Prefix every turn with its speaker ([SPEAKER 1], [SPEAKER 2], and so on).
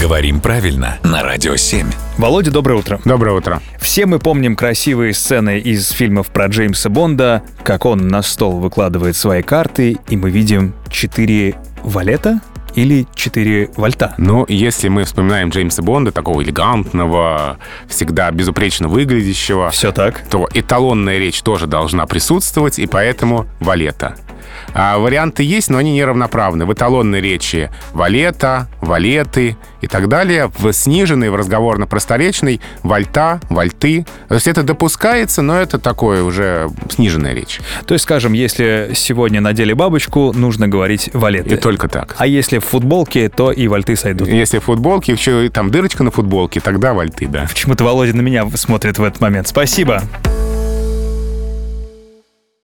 [SPEAKER 1] Говорим правильно на Радио 7.
[SPEAKER 2] Володя, доброе утро.
[SPEAKER 3] Доброе утро.
[SPEAKER 2] Все мы помним красивые сцены из фильмов про Джеймса Бонда, как он на стол выкладывает свои карты, и мы видим 4 валета или 4 вольта.
[SPEAKER 3] Но Ну, если мы вспоминаем Джеймса Бонда, такого элегантного, всегда безупречно выглядящего,
[SPEAKER 2] Все так.
[SPEAKER 3] то эталонная речь тоже должна присутствовать, и поэтому валета. А варианты есть, но они неравноправны. В эталонной речи валета, валеты и так далее. В сниженной, в разговорно-просторечной вальта, вальты. То есть это допускается, но это такое уже сниженная речь.
[SPEAKER 2] То есть, скажем, если сегодня надели бабочку, нужно говорить
[SPEAKER 3] И
[SPEAKER 2] валеты.
[SPEAKER 3] только так.
[SPEAKER 2] А если в футболке, то и вольты сойдут.
[SPEAKER 3] Если в футболке, еще и там дырочка на футболке, тогда вальты, да.
[SPEAKER 2] Почему-то Володя на меня смотрит в этот момент. Спасибо.